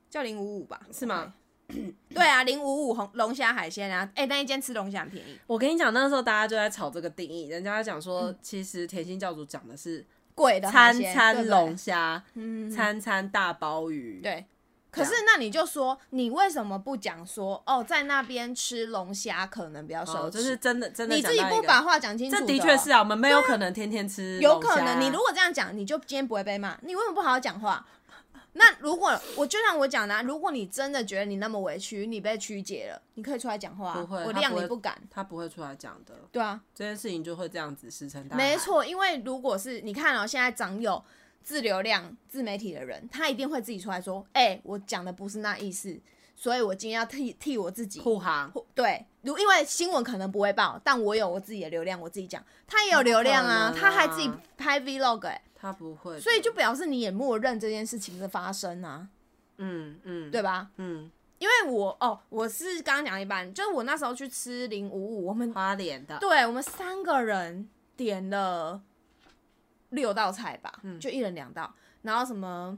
A: 叫零五五吧？
B: 是吗
A: 对？ [coughs] 对啊，零五五红龙虾海鲜啊，哎、那一间吃龙虾很便宜。
B: 我跟你讲，那时候大家就在吵这个定义，人家讲说，其实甜心教主讲的是
A: 贵嗯的海
B: 餐
A: 鲜
B: 餐龙，虾，
A: 对不对嗯，
B: 餐餐大鲍鱼，，
A: 对。可是那你就说，你为什么不讲说哦，在那边吃龙虾可能比较
B: 哦，
A: 奢侈？
B: 就是真的真的
A: 你
B: 讲
A: 自
B: 到一
A: 己
B: 个，
A: 不把话讲清楚，哦
B: 这的确是。啊，我们没有可能天天吃龙虾，啊
A: 有可能你如果这样讲，你就今天不会被骂。你为什么不好好讲话？那如果我就像我讲的、啊，如果你真的觉得你那么委屈，你被曲解了，你可以出来讲话啊、
B: 不会
A: 我
B: 他
A: 谅
B: 不会
A: 你不敢。
B: 他不会出来讲的，
A: 对啊，
B: 这件事情就会这样子石沉大海，
A: 没，错，因为如果是你看哦，现在掌有自流量、自媒体的人，他一定会自己出来说：“哎、我讲的不是那意思，所以我今天要替替我自己
B: 护航。
A: 或对，如因为新闻可能不会报，但我有我自己的流量，我自己讲，他也有流量啊，
B: 不可能
A: 他
B: 啊
A: 还自己拍 vlog 哎、
B: 他不会的，
A: 所以就表示你也默认这件事情的发生啊，
B: 嗯嗯，
A: 对吧？
B: 嗯，
A: 因为我哦，我是刚刚讲一半，就是我那时候去吃零五五，我们
B: 花脸的，
A: 对我们三个人点了六道菜吧，
B: 嗯
A: 就一人两道，然后什么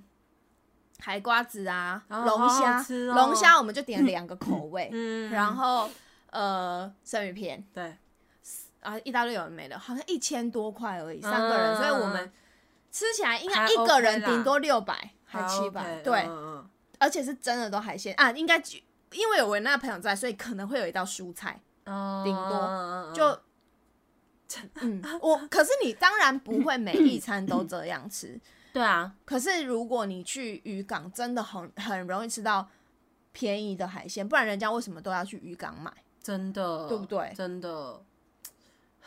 A: 海瓜子啊、
B: 哦
A: 龙
B: 好
A: 虾、
B: 好吃哦
A: 龙虾我们就点两个口味，
B: 嗯，
A: 然后呃生鱼片。
B: 对，
A: 啊，意大利有人没了，好像一千多块而已，三个人，
B: 嗯
A: 所以我们吃起来应该
B: 还
A: 一个
B: OK
A: 人
B: 啦
A: 顶多六百还
B: 还
A: 七
B: OK，
A: 百，
B: 嗯
A: 对，
B: 嗯
A: 而且是真的都海鲜啊，应该因为有我那朋友在，所以可能会有一道蔬菜，
B: 嗯
A: 顶多
B: 嗯嗯嗯
A: 就。嗯，我可是你当然不会每一餐都这样
B: [laughs]
A: 吃，
B: 对啊，
A: 可是如果你去渔港，真的很很容易吃到便宜的海鲜，不然人家为什么都要去渔港买？
B: 真的，
A: 对不对
B: 真的，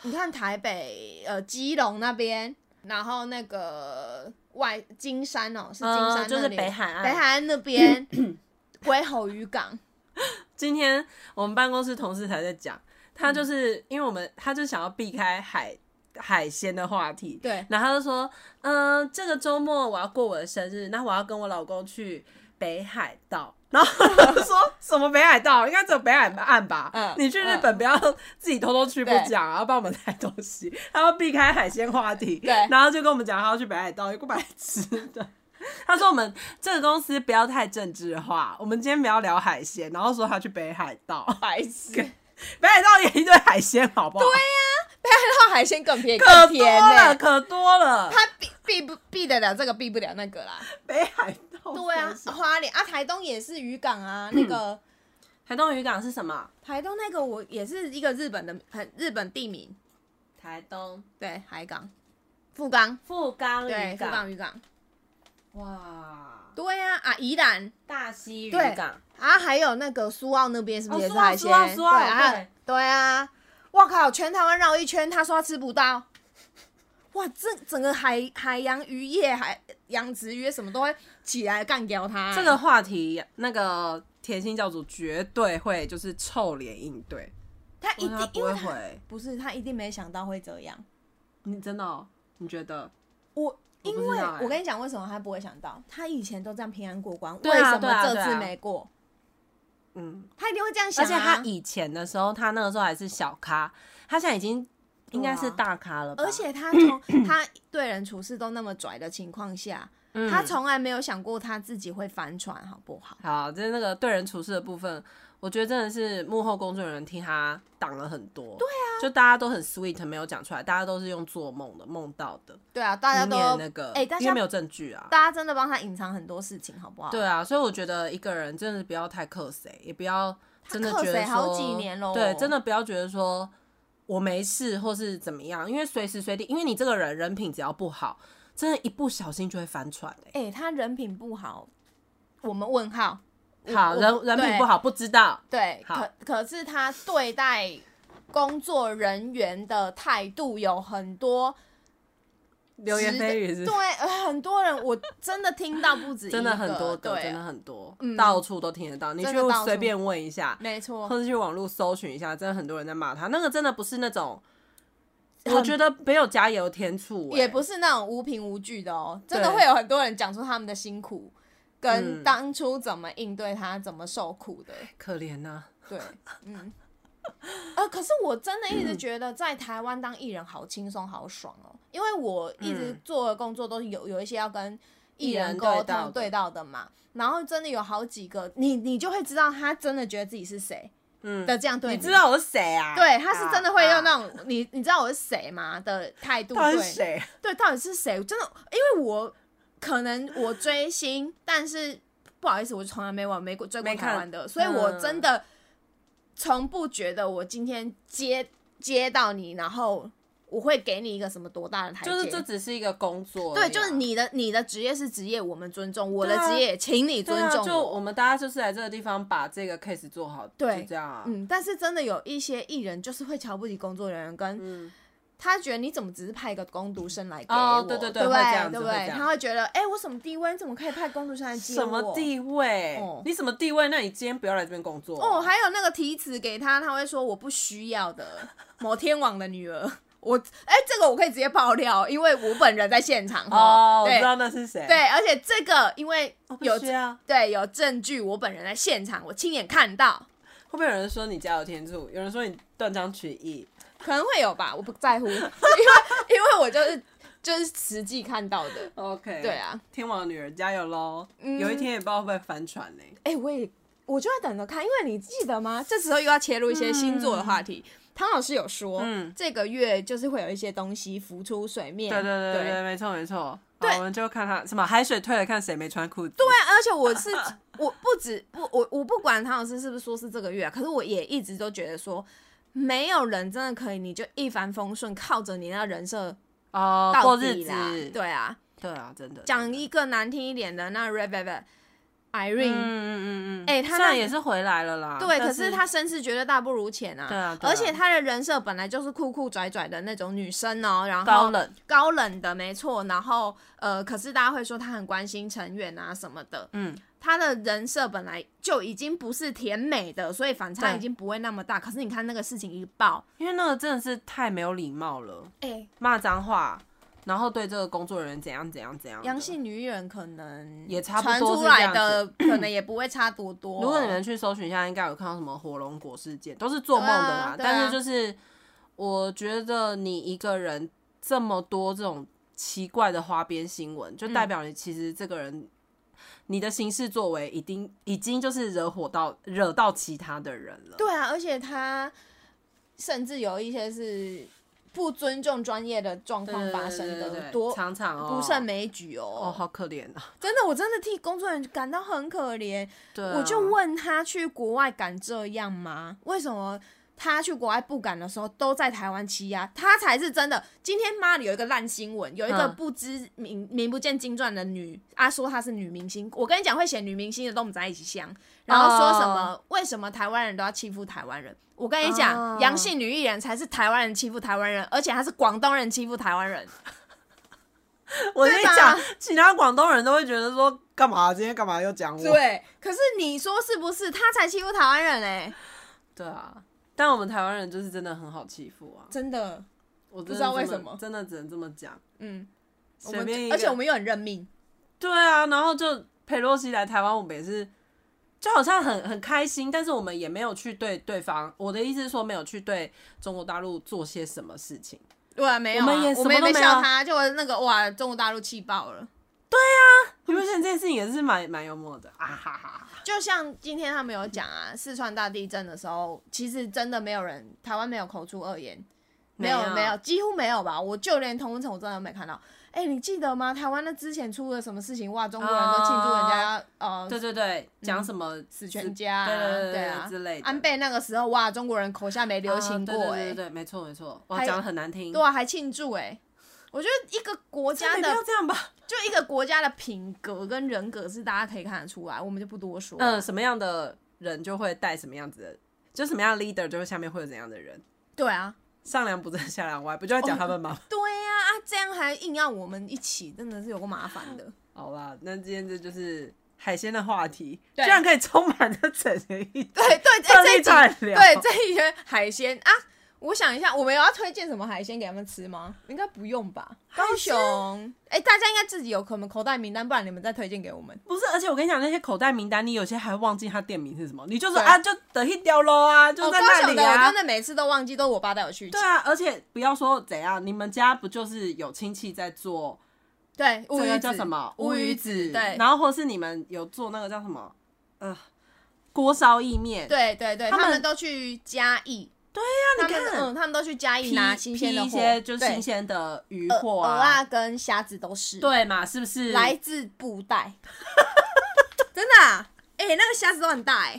A: 你看台北呃基隆那边，然后那个外金山哦，是金
B: 嗯
A: 山那里、
B: 就是北海岸
A: 北海岸那边 [coughs] 龟吼渔港，
B: 今天我们办公室同事才在讲，他就是、因为我们，他就想要避开海海鲜的话
A: [coughs]
B: 题，
A: 对，
B: 然后他就说，嗯、这个周末我要过我的生日，那我要跟我老公去北海道。然后我就说什么北海道，应该只有北海岸吧？
A: 嗯
B: 你去日本不要自己偷偷去不
A: 对
B: 讲啊，要帮我们带东西，他要避开海鲜话题。
A: 对
B: 然后就跟我们讲他要去北海道，有个白痴的。他说我们这个公司不要太政治化，我们今天不要聊海鲜，然后说他去北海道，
A: 白痴，北
B: 北海道也一堆海鲜，好不好？对，
A: 海道海鲜更便宜，
B: 可
A: 更欸
B: 多
A: 便
B: 了，
A: 宜，
B: 可多了。
A: 它避避不避得了这个，避不了那个啦。
B: 北海道，
A: 对啊，花莲啊，台东也是渔港
B: [clears throat]
A: 啊，那个
B: 台东渔港是什么？
A: 台东那个我也是一个日本的很日本地名，
B: 台东
A: 对，海港、富冈，
B: 富冈
A: 对，
B: 渔
A: 富
B: 港
A: 冈，渔港，
B: 哇，
A: 对啊，啊，宜兰。
B: 大溪渔
A: 对
B: 港，
A: 啊，还有那个苏澳那边是不是
B: 哦
A: 也是
B: 苏澳
A: 海鲜？
B: 苏澳苏澳
A: 对啊
B: 对，
A: 对啊，哇靠，全台湾绕一圈，他说他吃不到。哇，这整个海海洋渔业、海洋职业什么都会起来干掉他、
B: 这个话题，那个甜心教主绝对会就是臭脸应对，
A: 他一
B: 他
A: 定因
B: 不会
A: 为他
B: 回。
A: 不是他一定没想到会这样。
B: 你真的哦、你觉得？
A: 我
B: 我
A: 因
B: 不知
A: 为
B: 道欸
A: 我跟你讲，为什么他不会想到？他以前都这样平安过关，
B: 对啊
A: 为什
B: 对啊
A: 么这
B: 对啊
A: 次没过？
B: 嗯，
A: 他一定会这样想、
B: 而
A: 啊。
B: 且他以前的时候，他那个时候还是小咖，他现在已经应该是大咖了吧，
A: 哦而且他
B: [clears throat]
A: 从他对人处事都那么拽的情况下，
B: 嗯
A: 他从来没有想过他自己会翻船，好不好？
B: 好，就是那个对人处事的部分，我觉得真的是幕后工作人员替他挡了很多。对啊，就大家都很 sweet，没有讲出来，大家都是用做梦的梦到的，
A: 对啊，大家
B: 以
A: 都
B: 免那个，
A: 哎、大
B: 因为
A: 家
B: 没有证据啊。
A: 大家真的帮他隐藏很多事情，好不好？
B: 对啊，所以我觉得一个人真的不要太克谁，也不要真的
A: 他克
B: 觉得
A: 谁
B: 说
A: 好几年咯
B: 对，真的不要觉得说我没事或是怎么样，因为随时随地，因为你这个人人品只要不好，真的，一不小心就会翻船、欸。
A: 哎、他人品不好，我们问号。我
B: 好，
A: 我
B: 人人品
A: 对
B: 不好不知道，
A: 对，
B: 好
A: 可可是他对待工作人员的态度有很多
B: 流言
A: 值得
B: 蜚语是不是
A: 对，呃很多人我真的听到不止一个，
B: 真的很多个，
A: 对
B: 真的
A: 啊，
B: 很多
A: 嗯，
B: 到处都听得到。你去
A: 真的到处
B: 随便问一下，
A: 没错，
B: 或者去网络搜寻一下，真的很多人在骂他。那个真的不是那种，
A: 很
B: 我觉得没有加油添醋、欸
A: 也不是那种无凭无据的哦，真的
B: 对
A: 会有很多人讲出他们的辛苦，跟
B: 嗯
A: 当初怎么应对他，怎么受苦的。
B: 可怜啊呐、
A: 对，嗯，呃，可是我真的一直觉得在台湾当艺人好轻松好爽哦，因为我一直
B: 嗯
A: 做的工作都是有有一些要跟艺
B: 艺
A: 人
B: 人
A: 沟
B: 对到
A: 通
B: 的
A: 对到的嘛，然后真的有好几个，你你就会知道他真的觉得自己是谁
B: 嗯，
A: 的这样对
B: 你知。道我是谁啊？
A: 对，他是真的会用
B: 啊
A: 那种、你你知道我是谁吗的态度，
B: 啊到底
A: 对
B: 是谁？
A: 对，到底是谁？真的，因为我可能我追星，但是不好意思，我从来没往没过追过
B: 没看
A: 台湾的，所以我
B: 嗯
A: 真的从不觉得我今天接接到你，然后我会给你一个什么多大的台阶。
B: 就是这只是一个工作而已啊、
A: 对，就是你的你的职业是职业，我们尊重；我的
B: 对啊
A: 职业也请你
B: 对
A: 尊
B: 啊
A: 重
B: 就
A: 我。
B: 我们大家就是来这个地方把这个 case 做好，
A: 对
B: 就这样啊。
A: 嗯，但是真的有一些艺人就是会瞧不起工作人员，跟
B: 嗯
A: 他觉得你怎么只是派一个工读生来给我？
B: 哦
A: 对
B: 对对对
A: 对不
B: 会这样子
A: 对不
B: 会
A: 对
B: 这样
A: 他会觉得，哎、我什么地位？你怎么可以派工读生来接我？
B: 什么地位？
A: 哦
B: 你什么地位？那你今天不要来这边工作
A: 哦，还有那个提词给他，他会说我不需要的。某天王的女儿，我哎、这个我可以直接爆料，因为我本人在现场
B: 哦，我
A: 对
B: 知道那是谁。
A: 对，而且这个因为
B: 哦，不
A: 有
B: 需要。
A: 对有证据，我本人在现场，我亲眼看到，
B: 会不会有人说你加油添醋？有人说你断章取义？
A: 可能会有吧，我不在乎，因为 [laughs] 因为我就是就是实际看到的。
B: OK，
A: 对，啊，
B: 天王女儿加油喽！
A: 嗯
B: 有一天也不知道会不会翻船呢、
A: 哎、我也我就在等着看，因为你记得吗？这时候又要切入一些星座的话题。汤老师有说，
B: 嗯
A: 这个月就是会有一些东西浮出水面。
B: 对对对
A: 对
B: 对，没错没错。好
A: 对
B: 我们就看他什么海水退了，看谁没穿裤子。
A: 对
B: 对
A: 啊，而且我是我不止不我我不管唐老师是不是说是这个月啊、可是我也一直都觉得说，没有人真的可以你就一帆风顺，靠着你那人设
B: 哦，
A: 到
B: 过日
A: 底啦。
B: 子。
A: 对啊，
B: 对啊，真的。
A: 讲
B: 真的
A: 一个难听一点的，那 r e b e b e
B: 嗯
A: Irene，、
B: 嗯嗯嗯，
A: 哎他
B: 虽
A: 那
B: 然也是回来了啦。
A: 对，
B: 但
A: 可是她身世绝对大不如前啊。
B: 对啊对啊
A: 而且她的人设本来就是酷酷拽拽的那种女生哦，然后
B: 高冷，
A: 高冷的没错，然后呃，可是大家会说她很关心成员啊什么的，
B: 嗯，
A: 她的人设本来就已经不是甜美的，所以反差
B: 对
A: 已经不会那么大。可是你看那个事情一爆，
B: 因为那个真的是太没有礼貌了，
A: 哎、
B: 骂脏话，然后对这个工作人员怎样怎样怎样的。
A: 阳性女艺人可能
B: 也差不
A: 传
B: 多
A: 出
B: 是这
A: 来
B: 样
A: 的，可能也不会差多多。
B: 如果你们去搜寻一下，应该有看到什么火龙果事件，都是做梦的啦。
A: 对啊对啊
B: 但是就是，我觉得你一个人这么多这种奇怪的花边新闻，就
A: 嗯
B: 代表你其实这个人，你的行事作为已经已经就是惹火到惹到其他的人了。
A: 对啊，而且她甚至有一些是不尊重专业的状
B: 对，
A: 况发
B: 对
A: 生
B: 对对
A: 的，
B: 对
A: 多
B: 常常哦
A: 不胜枚举
B: 哦，
A: 哦。
B: 好可怜啊！
A: 真的，我真的替工作人员感到很可怜。
B: 对啊
A: 我就，问他去国外敢这样吗？为什么他去国外不敢的时候都在台湾欺压？他才是真的。今天妈的有一个烂新闻，有一个
B: 嗯
A: 不知名名不见经传的女啊，说她是女明星。我跟你讲，会写女明星的都我们在一起相，然后说什么、为什么台湾人都要欺负台湾人？我跟你讲
B: 哦，
A: 阳、性女艺人才是台湾人欺负台湾人，而且她是广东人欺负台湾人。
B: 我跟
A: 对
B: 你
A: 吧
B: 讲，其他广东人都会觉得说，干嘛今天干嘛又讲我？
A: 对，可是你说是不是？她才欺负台湾人哎、
B: 对啊，但我们台湾人就是真的很好欺负啊。
A: 真的，
B: 我
A: 不
B: 不
A: 知道为什么
B: 真的只能这么讲。
A: 嗯。我
B: 随
A: 们
B: 便一个
A: 而且我们又很认命，
B: 对啊，然后就佩洛西来台湾，我们也是，就好像很很开心，但是我们也没有去对对方。我的意思是说，没有去对中国大陆做些什么事情。
A: 对啊，没有、啊，
B: 我们也什么
A: 没
B: 都没有
A: 笑他，就那个哇，中国大陆气爆了。
B: 你们现在这件事情也是蛮蛮幽默的啊哈哈。
A: 就像今天他们有讲啊，四川大地震的时候，其实真的没有人，台湾没有口出恶言，没有
B: 没有
A: 没有，几乎没有吧？我就连同温层我真的没看到。哎、你记得吗？台湾那之前出了什么事情？哇，中国人都庆祝人家、呃
B: 对对对，讲什么
A: 死全家、啊，
B: 哦对对对对
A: 啊
B: 之类的
A: 安倍那个时候哇，中国人口下没留情过、
B: 啊
A: 哎、
B: 对对对对，没错没错，哇，
A: 还有
B: 讲的很难听。
A: 对啊，还庆祝哎、我觉得一个国
B: 真
A: 家
B: 的
A: 的
B: 不要这
A: [laughs]
B: 样吧。
A: 就一个国家的品格跟人格是大家可以看得出来，我们就不多说。
B: 嗯、什么样的人就会带什么样子的，就什么样的 leader 就会下面会有怎样的人。
A: 对啊，
B: 上梁不正下梁歪，不就在讲他们吗？
A: 对呀、啊，这样还硬要我们一起，真的是有个麻
B: [laughs]
A: 烦的。
B: 好啦，那今天这就是海鲜的话题，居
A: 对
B: 然可以充满着整人一集
A: 对对，
B: 特
A: 哎
B: 地
A: 这一集
B: 串聊
A: 对这一些海鲜啊，我想一下，我们有要推荐什么海鲜给他们吃吗？应该不用吧。高雄，哎、大家应该自己有可能口袋名单，不然你们再推荐给我们。
B: 不是，而且我跟你讲，那些口袋名单，你有些还忘记他店名是什么，你就说
A: 对
B: 啊，就得一掉喽啊，就
A: 哦，
B: 在
A: 高
B: 那
A: 雄
B: 里
A: 的我
B: 啊。
A: 真的每次都忘记，都是我爸带我去吃
B: 对。啊，而且不要说怎样，你们家不就是有亲戚在做
A: 对，
B: 这
A: 乌鱼
B: 个
A: 子
B: 叫什么
A: 乌鱼
B: 子？
A: 子，对，
B: 然后或是你们有做那个叫什么呃锅烧意面，
A: 对对对，
B: 他
A: 他
B: 们
A: 们都去嘉义。
B: 那
A: 他
B: 你
A: 们
B: 看
A: 嗯，他们都去嘉义
B: 批
A: 拿新鲜
B: 批
A: 的
B: 一
A: 货，
B: 些就是
A: 对
B: 新鲜的鱼
A: 鹅鹅
B: 货啊
A: 啊，跟虾子都是。
B: 对嘛，是不是？
A: 来自布袋， [laughs] 真的、啊，哎、那个虾子都很大哎、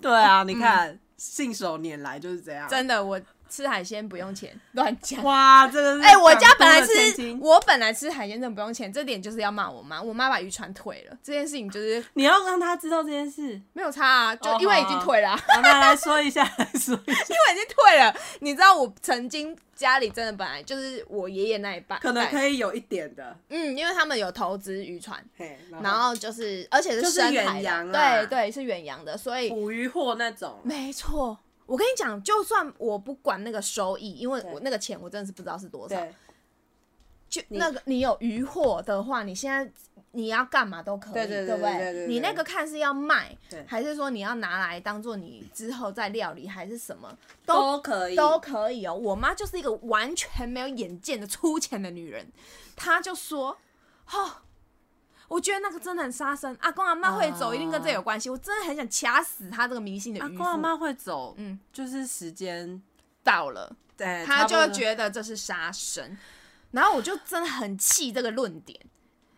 B: 对啊，你看信手拈来就是这样，
A: 真的，我吃海鲜不用钱，乱讲。
B: 哇，这个是
A: 哎、我家
B: 港都
A: 本来
B: 的千
A: 吃，
B: 金
A: 我本来吃海鲜真的不用钱，这点就是要骂我妈，我妈把鱼船退了，这件事情就是
B: 你要让他知道这件事。
A: 没有差啊，就
B: 哦
A: 因为已经退了啊、
B: 好，那来说一下，来说一下，
A: [laughs] 因为已经退了。你知道我曾经家里真的本来就是我爷爷那一半，
B: 可能
A: 以，
B: 可以有一点的，
A: 嗯，因为他们有投资渔船，
B: 嘿，
A: 然后就是而且
B: 嗯就是
A: 深海的
B: 远洋啊
A: 对对，是远洋的，所以
B: 捕鱼货那种，
A: 没错，我跟你讲，就算我不管那个收益，因为
B: 对
A: 我那个钱我真的是不知道是多少。
B: 对
A: 就
B: 你
A: 那个你有渔获的话，你现在你要干嘛都可以，
B: 对对对
A: 不
B: 对对对对
A: 你那个看是要卖
B: 对，
A: 还是说你要拿来当做你之后再料理，还是什么都
B: 都可以，
A: 都可以哦。我妈就是一个完全没有眼见的粗浅的女人，她就说：“哦，我觉得那个真的很杀生，阿公阿妈会走，
B: 啊
A: 一定跟这有关系。我真的很想掐死她这个迷信的
B: 阿
A: 渔
B: 公
A: 夫。
B: 阿妈会走，
A: 嗯
B: 就是时间，
A: 到了。”
B: 对，
A: 他就
B: 会
A: 会觉得这是杀生，然后我就真的很气这个论点，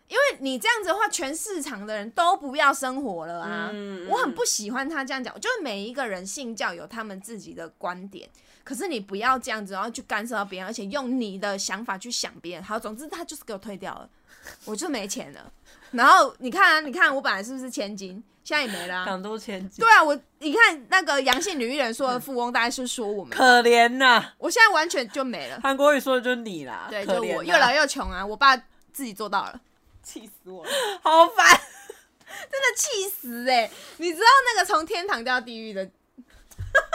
A: 因为你这样子的话，全市场的人都不要生活了啊！
B: 嗯嗯
A: 我很不喜欢他这样讲，就是每一个人信教有他们自己的观点，可是你不要这样子，然后去干涉到别人，而且用你的想法去想别人。好，总之他就是给我退掉了，我就没钱了。然后你看啊，你看我本来是不是千金，现在也没了、啊。
B: 港都千金，
A: 对啊，我你看那个阳性女艺人说的富翁，大概是说我们，
B: 可怜呐，
A: 我现在完全就没了。
B: 韩国语说的就是你啦，
A: 对，
B: 啊可
A: 就
B: 怜
A: 我
B: 呐
A: 越来越穷啊，我爸自己做到了，
B: 气死我了，好烦，
A: 真的气死哎、你知道那个从天堂掉地狱的，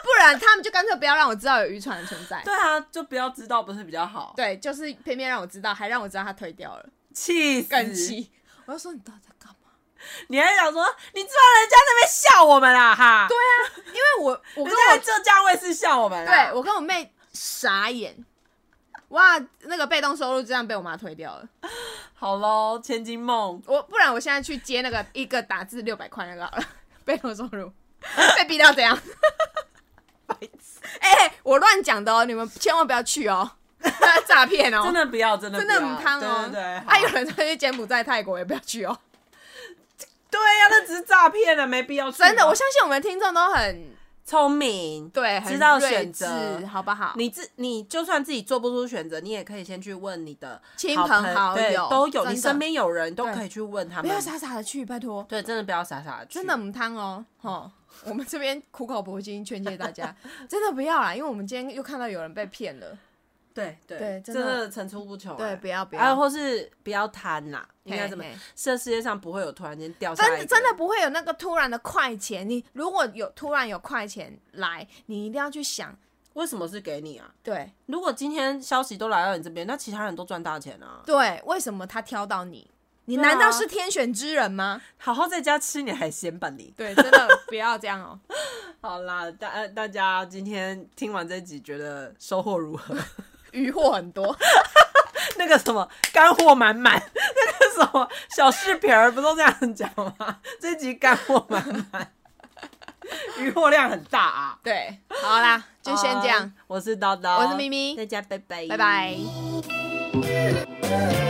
A: 不然他们就干脆不要让我知道有渔船的存在。
B: 对啊，就不要知道不是比较好，
A: 对，就是偏偏让我知道，还让我知道他退掉了，
B: 气死，
A: 更气。我就说你到底在干嘛？
B: 你还想说你知道人家那边笑我们啦哈，对，
A: 因为我我跟
B: 人家
A: 我
B: 在啊浙江卫视笑我们啦，
A: 对我跟我妹傻眼，哇，那个被动收入这样被我妈推掉了。
B: 好喽，千金梦，
A: 我不然我现在去接那个一个打字六百块那个好了， [laughs] 被我收入， [laughs] 被逼到这样。哎、我乱讲的哦，你们千万不要去哦， [laughs] 那诈骗哦，
B: 真的不要，真的
A: 真
B: 不要
A: 的很汤哦。
B: 对对对，好
A: 还有人说去柬埔寨、泰国也不要去哦，
B: 对呀、那只是诈骗了，没必要去吧。
A: 真的，我相信我们的听众都很
B: 聪明，
A: 对，很
B: 知道
A: 睿
B: 选
A: 智
B: 择。
A: 好不好？
B: 你自你就算自己做不出选择，你也可以先去问你的
A: 亲
B: 好
A: 朋
B: 朋
A: 好
B: 对
A: 友
B: 都有，你
A: 真的
B: 身边有人都
A: 对
B: 可以去问他
A: 不
B: 们
A: 要。傻傻的去，拜托，
B: 对，真的不要傻傻的去，
A: 真的母汤哦，吼。我们这边苦口婆心劝诫大家，真的不要啦，因为我们今天又看到有人被骗了。
B: 对对
A: 对
B: 真
A: 真的
B: 层出不穷啊。
A: 对，不要不
B: 还有
A: 要，
B: 或是不要贪啦，应该
A: 嘿
B: 怎么
A: 嘿？
B: 这世界上不会有突然间掉下来
A: 真
B: 一
A: 的
B: 个
A: 真的不会有那个突然的快钱。你如果有突然有快钱来，你一定要去想，
B: 为什么是给你啊？
A: 对
B: 如果今天消息都来到你这边，那其他人都赚大钱啊！
A: 对，为什么他挑到你？你
B: 对啊
A: 难道是天选之人吗？
B: 好好在家吃你的海鲜吧你。
A: 对，真的不要这样 [laughs] 哦、
B: 好啦，大呃大家今天听完这集，觉得收获如何？ [laughs]
A: 鱼获很多。
B: 那个什么干货满满， [laughs] 那个什么小视频儿不都这样讲吗？这集干货满满， [laughs] 鱼货量很大啊！
A: 对，好啦，就先这样
B: 好，，我是叨叨，
A: 我是咪咪
B: 大家拜拜，
A: 拜拜。